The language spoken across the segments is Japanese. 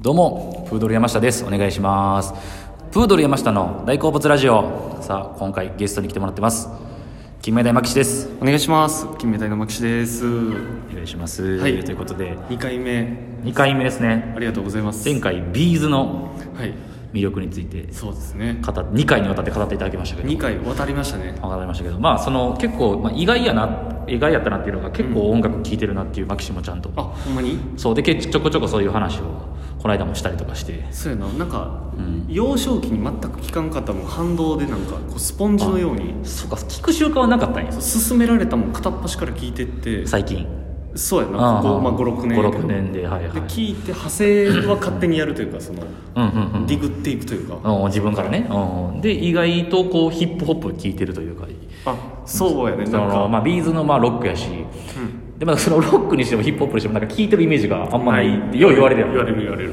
どうもプードル山下ですお願いしますプードル山下の大好物ラジオさあ今回ゲストに来てもらってます金目鯛真吉ですお願いします金メダルのマキシです2お願いします、はいということで回目2回目ですねありがとうございます前回ビーズのはい魅力についてそうですね語っ2回にわたって語っていただきましたけど2回渡りましたね分かりましたけどまあその結構、まあ、意外やな意外やったなっていうのが結構音楽聴いてるなっていうマキシもちゃんと、あほんまにそうでけちょこちょこそういう話をこの間もしたりとかしてそうやななんか、幼少期に全く聞かんかったもん反動でなんかこうスポンジのようにそうか聞く習慣はなかったんやそう勧められたもん片っ端から聞いてって最近そうやなここ、まあ、56年やけど56年ではいはいで聞いて派生は勝手にやるというかそのうんうんうんディグっていくというか、うん自分からね、うん、で意外とこうヒップホップ聞いてるというかあそうやねそなんのかまあビーズのまあロックやし、でまあそのロックにしてもヒップホップにしてもなんか聞いてるイメージがあんまないってよう言われるや言わんれる言われる、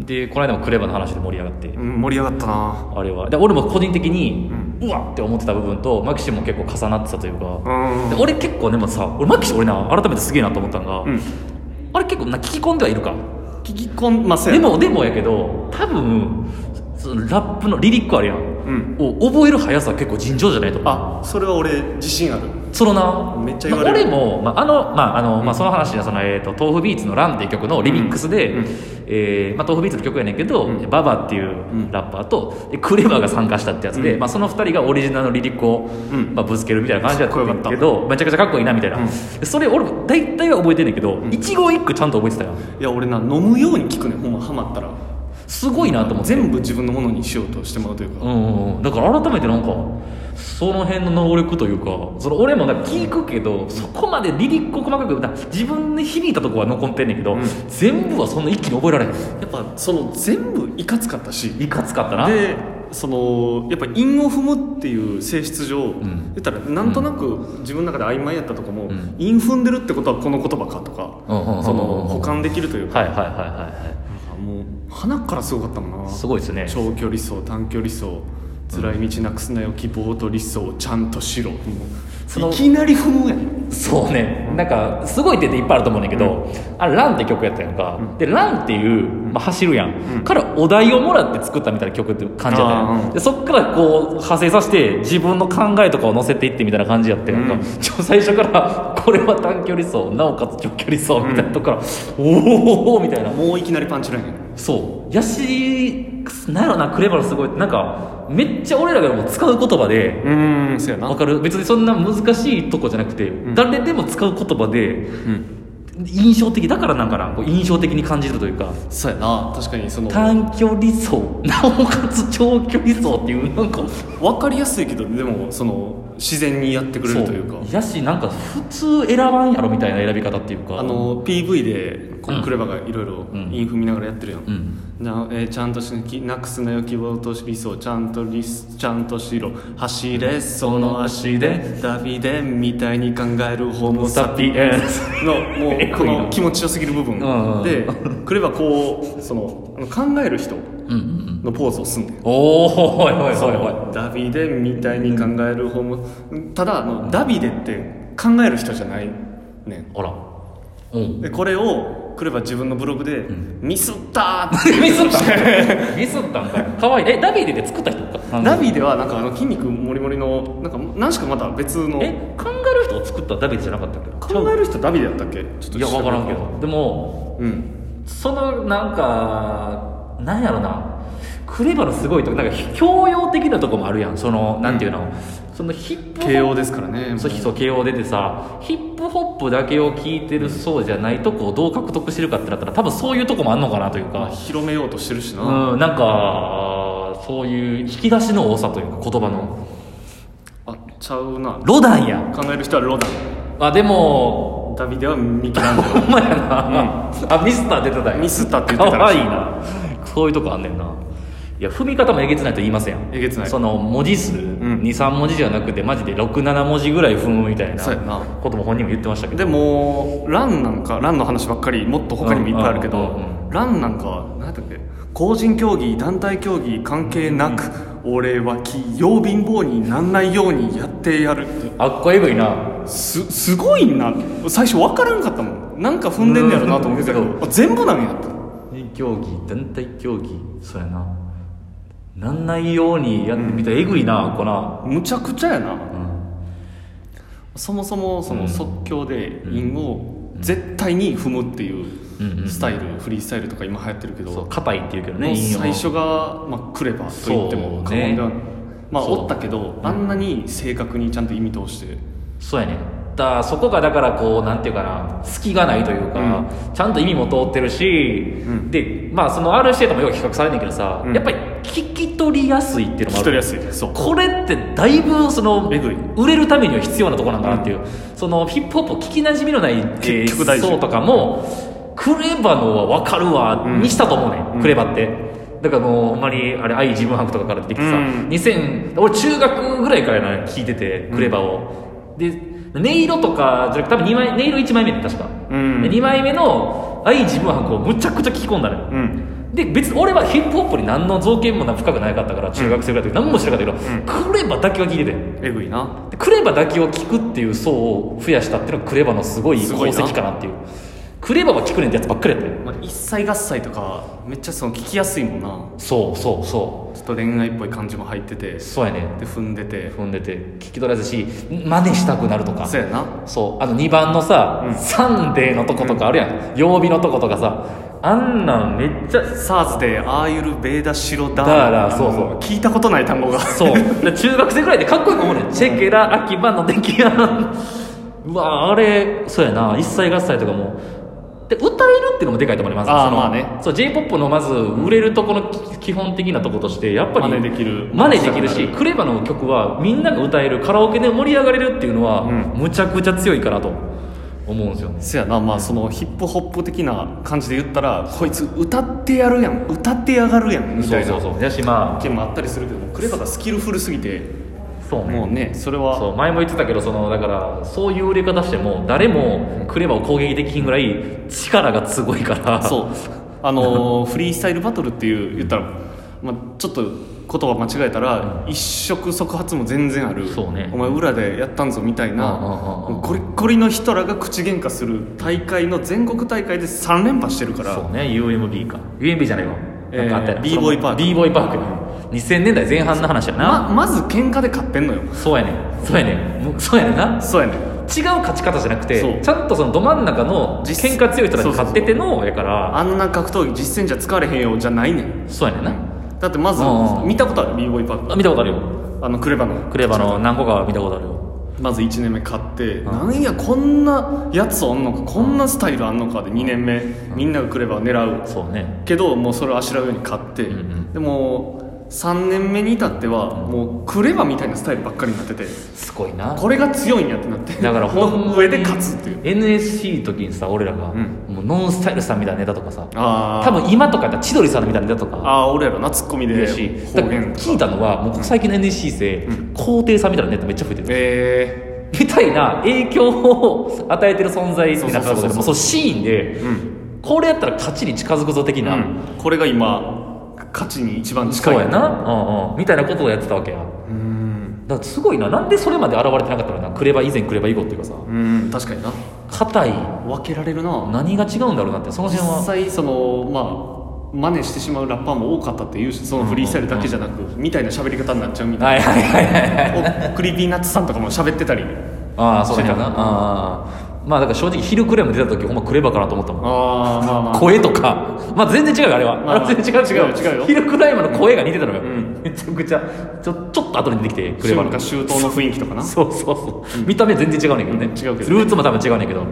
でこの間もクレバの話で盛り上がって、うん、盛り上がったなあれはで俺も個人的に、うわっって思ってた部分とマキシも結構重なってたというか、うんで俺結構でもさ俺マキシ俺な改めてすげえなと思ったのが、んあれ結構な聞き込んではいるか聞き込んませんでもでもやけど多分そのラップのリリックあるやん、んを覚える速さは結構尋常じゃないと思うあそれは俺自信あるそのなめっちゃ言われるまあ俺も、まあ、あの,、まああのまあ、その話でその、えー、と豆腐ビーツの「ラン」っていう曲のリミックスで、えーまあ、豆腐ビーツの曲やねんけど、ババっていうラッパーとでクレバが参加したってやつで、まあ、その2人がオリジナルのリリックを、まあ、ぶつけるみたいな感じだったんだけどめちゃくちゃかっこいいなみたいな、でそれ俺大体は覚えてんねんけど、一語一句ちゃんと覚えてたよいや俺な飲むように聞くねんほんまハマったらすごいなと思って全部自分のものにしようとしてもらうというか、うん、だから改めてなんかその辺の能力というかその俺もなんか聞くけどそこまでリリックを細かくだから自分に響いたとこは残ってんねんけど、全部はそんな一気に覚えられへんやっぱその全部いかつかったしいかつかったなでそのやっぱ韻を踏むっていう性質上、ん言ったらなんとなく自分の中で曖昧やったとこも、韻踏んでるってことはこの言葉かとか、うんうんそうんうんの補完できるというか、はいはいはいはいはあもう鼻からすごかったもんないすごいですね長距離走短距離走辛い道なくすなよ希望と理想ちゃんとしろもそのういきなり踏むやんそうねなんかすごい手っていっぱいあると思うねんだけど、あれ「ラン」って曲やったやんか、で「ラン」っていう、まあ、走るやん、からお題をもらって作ったみたいな曲って感じやったやあん、ーうんでそっからこう派生させて自分の考えとかを乗せていってみたいな感じやったやんか、うん ちょ最初からこれは短距離走なおかつ長距離走みたいなとこから、おおみたいなもういきなりパンチラインやんそうやしなんやろなクレバのすごいってなんかめっちゃ俺らがもう使う言葉で、うーんそうやなわかる別にそんな難しいとこじゃなくて、誰でも使う言葉で、印象的だからなんかなこう印象的に感じるというかそうやな確かにその短距離走 なおかつ長距離走っていうなんか分かりやすいけどでもその自然にやってくれるというかやしなんか普通選ばんやろみたいな選び方っていうかあの PV でこうクレバがいろいろんイン踏みながらやってるやん、うんなえーちゃんとしきなくすなよ希望と理想ちゃんとリスちゃんとしろ走れその足でダビデみたいに考えるホモサピエンスのもえぐいうなこの気持ちよすぎる部分うんうんでクレバこうそのあの考える人うんうんのポーズをすんねんおおはいはいはいはダビデみたいに考える方も、ただあのダビデって考える人じゃないねんいあらうんでこれをクレバ自分のブログで、ミスったーっ ミス ったミスったんかいかわいいえダビデで作った人かてダビデはなんかあの筋肉もりもりのなんか何しかまた別のえ考える人を作ったダビデじゃなかったっけ考える人ダビデだったっけちょっいや分からんけどでもうんそのなんかなんやろなクレバのすごいとこなんか教養的なとこもあるやんそのなんていうの、そのヒップホ慶ッ応ですからねプそうもうそう慶応出てさヒップホップだけを聞いてるそうじゃないとこをどう獲得してるかってなったら多分そういうとこもあんのかなというか広めようとしてるしな、うんなんかそういう引き出しの多さというか言葉のあちゃうなロダンや考える人はロダあでもンダビデはミキランジェほんまやな、あミスター出てたロよミスったって言ってた可らし愛いなそういうとこあんねんないや踏み方もえげつないと言いますやんえげつないその文字数、ん23文字じゃなくてマジで67文字ぐらい踏むみたいなそうやなことも本人も言ってましたけどでもランなんかランの話ばっかりもっと他にもいっぱいあるけど、うんうんランなんか何だっけ個人競技団体競技関係なく、俺は器用貧乏になんないようにやってやるあっこえぐいなすすごいな最初分からんかったもんなんか踏んでんねやろなと思ってたけど、うあ全部なんやって体競技団体競技そうやななんないようにやってみたらえぐいなこな、むちゃくちゃやなうん、そもそもそうんの即興で韻を絶対に踏むっていううんうんスタイルフリースタイルとか今流行ってるけどそう硬いっていうけどもねう陰陽最初が、まあ、クレバーと言っても過言ではそうねまあそうおったけどあんなに正確にちゃんと意味通してそうやねだからそこがだからこうなんていうかな隙がないというか、ちゃんと意味も通ってるし、んでまあその RCA ともよく比較されんねんけどさ、うんやっぱり聞き取りやすいっていうのもあ聞きる取りやすいそうこれってだいぶそのえぐい売れるためには必要なところなんだなっていう、そのヒップホップを聞きなじみのない、えー結局大事層とかもクレバのは分かるわうんにしたと思うね、うんクレバってだからもうほんまにあれ愛自分博とかから出てきてさ、うん2000俺中学ぐらいからやな聞いててクレバを、で音色とかじゃなくて多分二枚音色1枚目ね確か、うんで2枚目の愛自分博をむちゃくちゃ聞き込んだの、ようんで別に俺はヒップホップに何の造形もな深くなかったから中学生ぐらいの時何も知らなかったけど、クレバだけは聞いててえぐいなでクレバだけを聞くっていう層を増やしたっていうのはクレバのすごいすごい功な績かなっていうクレバは聞くねんってやつばっかりやったよまあ、一切合切とかめっちゃその聞きやすいもんなそうそうそちょっと恋愛っぽい感じも入っててうそうやねで踏んでて踏んでて聞き取らずし真似したくなるとかそうやなそうあの2番のさ、サンデーのとことかあるやん、曜日のとことかさあんなんめっちゃサーズでアーユルベーダシロダーだからそうそう聞いたことない単語がそうで中学生ぐらいでかっこいいと思うねんチェケラ秋葉の出来がうわあれそうやな一切合切とかもで歌えるっていうのもでかいと思いますあーそのまあねそう J−POP のまず売れるとこのき基本的なとことしてやっぱり真似できる真似できるしクレバの曲はみんなが歌えるカラオケで盛り上がれるっていうのは、んむちゃくちゃ強いかなと思うんですよねそやなまあそのヒップホップ的な感じで言ったらこいつ歌ってやるやん歌ってやがるやんみたそういなそうそうやしまあ件もあったりするけどもクレバがスキルフルすぎてそうねもうねそれはそう前も言ってたけどそのだからそういう売れ方しても誰もクレバを攻撃できひんぐらい力がすごいからそう あのーフリースタイルバトルっていう言ったら、まあ、ちょっと言葉間違えたら、一触即発も全然あるそうねお前裏でやったんぞみたいな、うんうんうんうんゴリッゴリの人らが口喧嘩する大会の全国大会で3連覇してるからそうね UMB か UMB じゃないわ、えーなんかあったよな B-boy パーク b ボーイパークや2000年代前半の話やな、ままず喧嘩で勝ってんのよそうやねんそうやねんむそうやねんなそうやねん違う勝ち方じゃなくそうてちゃんとそのど真ん中の実喧嘩強い人たちが勝っててのやからあんな格闘技実戦じゃ使われへんよじゃないねんそうやねんな、だってまずうんうん見たことある b ボーイパーあク見たことあるよあのクレバのクレバの何個かは見たことあるよまず1年目買って、なんやこんなやつおんのかこんなスタイルあんのかで2年目、みんなが来れば狙うそうねけどもうそれをあしらうように買って、んうんでも3年目に至ってはもうクレバみたいなスタイルばっかりになっててすごいなこれが強いんやってなってだ からほんまに上で勝つっていう NSC の時にさ俺らが、んもうノンスタイルさんみたいなネタとかさああ多分今とかやったら千鳥さんみたいなネタとかああー俺やろなツッコミいでるし、だ方から言聞いたのはもう最近の NSC 生、皇帝さんみたいなネタめっちゃ増えてる、えみたいな影響を与えてる存在になったことそうそうそうそでうもうそのシーンで、んこれやったら勝ちに近づくぞ的ーな、うん、これが今勝ちに一番近そういやな、うんうん、みたいなことをやってたわけやうんだからすごいななんでそれまで現れてなかったのかなクレバ以前クレバ以後っていうかさうん確かにな硬い分けられるな何が違うんだろうなってその辺は実際そのまあ真似してしまうラッパーも多かったっていうしそのフリースタイルだけじゃなく、みたいな喋り方になっちゃうみたいはいはいはいはいな、おクリーピーナッツさんとかも喋ってたりああそうだしてなたああまあだから正直昼クレーム出た時ほんまクレバかなと思ったもんああまあま声とか まあ全然違うよあれは、まあまああ れ全然違う違うよ違うよ昼クライマーの声が似てたのよ、ん めちゃくちゃちょちょっと後に出てきてクレ春バ夏の秋冬の雰囲気とかなそうそうそう、見た目全然違うねんけどね、うん違うけどねルーツも多分違うねんけど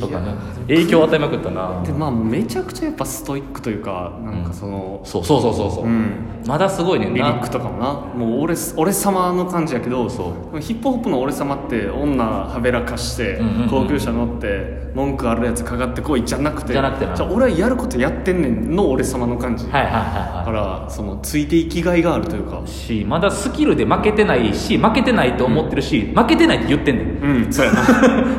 とかね影響を与えまくったなでまあめちゃくちゃやっぱストイックというかなんかその、そうそうそうそうそう、んまだすごいねんリリなックとかもなもう俺す俺様の感じやけどそうヒップホップの俺様って女はべらかして、うんうんうん高級車乗って文句あるやつかかってこいじゃなくてじゃなくてなじゃあ俺はやることやってんねんの俺様の感じ、はいはいはいだはからそのついていきがいがあるというかいしまだスキルで負けてないし負けてないと思ってるし、負けてないって言ってんねんうんそうや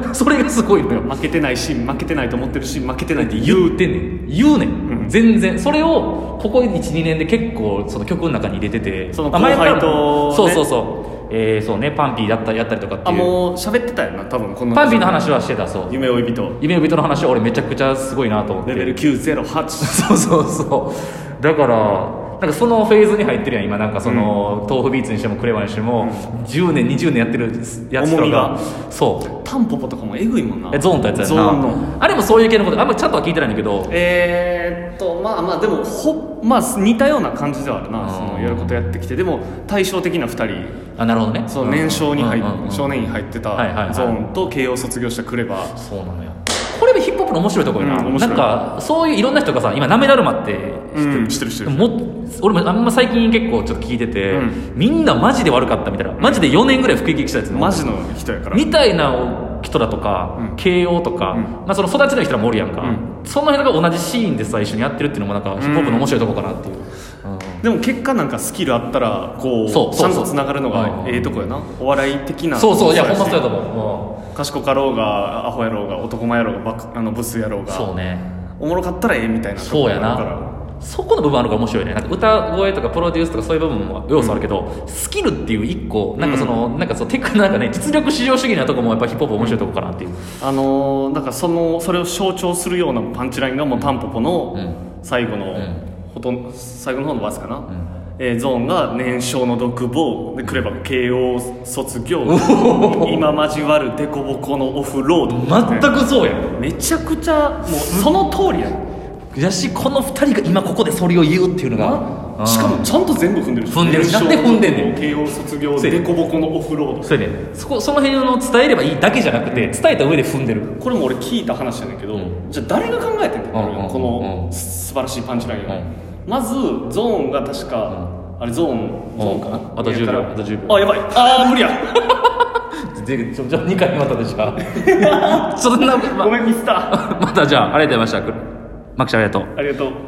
なそれがすごいのよ負けてないし負けてないと思ってるし負けてないって言言ううてんねん言うねん、全然それをここ12年で結構その曲の中に入れててそのあ前から後輩とねそうそうそう、えーそうねパンピーだったりやったりとかってあいうもう喋ってたよな多分こんなパンピーの話はしてたそう夢追い人夢呼人の話は俺めちゃくちゃすごいなと思ってレベル908 そうそうそうだからなんかそのフェーズに入ってるやん今なんかその、豆腐ビーツにしてもクレバにしても、10年20年やってるやつと重かみがそうタンポポとかもえぐいもんなえゾーンとやつやんなゾーンのあれもそういう系のことあんまちゃんとは聞いてないんだけどえーっとまあまあでもほ、まあ、似たような感じではあるなそのやることやってきてでも対照的な2人あなるほどねその年少に入っ、うんうんうん少年院に入ってたはいはいはいゾーンと慶応卒業したクレバーそうなのよこれもヒップホップの面白いところよな、うん面な白んいかそういういろんな人がさ今なめだるまってうん知ってる知ってるも俺もあんま最近結構ちょっと聞いてて、うんみんなマジで悪かったみたいなマジで4年ぐらい服役したやつのマジの人やからみたいな人だとか、うん慶応とか、うんまあ、その育ちの人らもおるやんか、うんその辺が同じシーンでさ一緒にやってるっていうのもなんかヒップホップの面白いとこかなっていう、うんでも結果なんかスキルあったらこうそうちそゃうんそうとつながるのがええとこやなお笑い的なそうそういやほんしまそうやと思うも賢かろうがアホやろうが男前やろうがバカあのブスやろううがそうねおもろかったらええみたいなとそこうややかならそこの部分あるから面白いねなんか歌声とかプロデュースとかそういう部分も要素あるけど、スキルっていう一個なんかその、なんかそのテク なんかね実力至上主義なとこもやっぱヒップホップ面白いとこかなっていう、あのーなんかそのそれを象徴するようなパンチラインがもうタンポポうのん最後の、んほとんど最後の方のバスかな、えーゾーンが年少の独房でクレバが慶応卒業今交わる凸凹のオフロード全くそうやんめちゃくちゃもうその通りややしこの二人が今ここでそれを言うっていうのが、うなんしかもちゃんと全部踏んでるし踏んでるしなんで踏んでんねん慶応卒業凸凹のオフロードそうやねそこその辺を伝えればいいだけじゃなくて、伝えた上で踏んでるこれも俺聞いた話やねんけど、うんじゃあ誰が考えてんだうんうんうんこうのんす素晴らしいパンチラインを、うんまずゾーンが確か、あれゾーンゾーンかな、うんあと10秒やからあと10秒あやばいあー無理やでちょじゃあ2回またでじゃあそんな、ま ごめんミスターまたじゃあありがとうございましたマキシャありがとうありがとう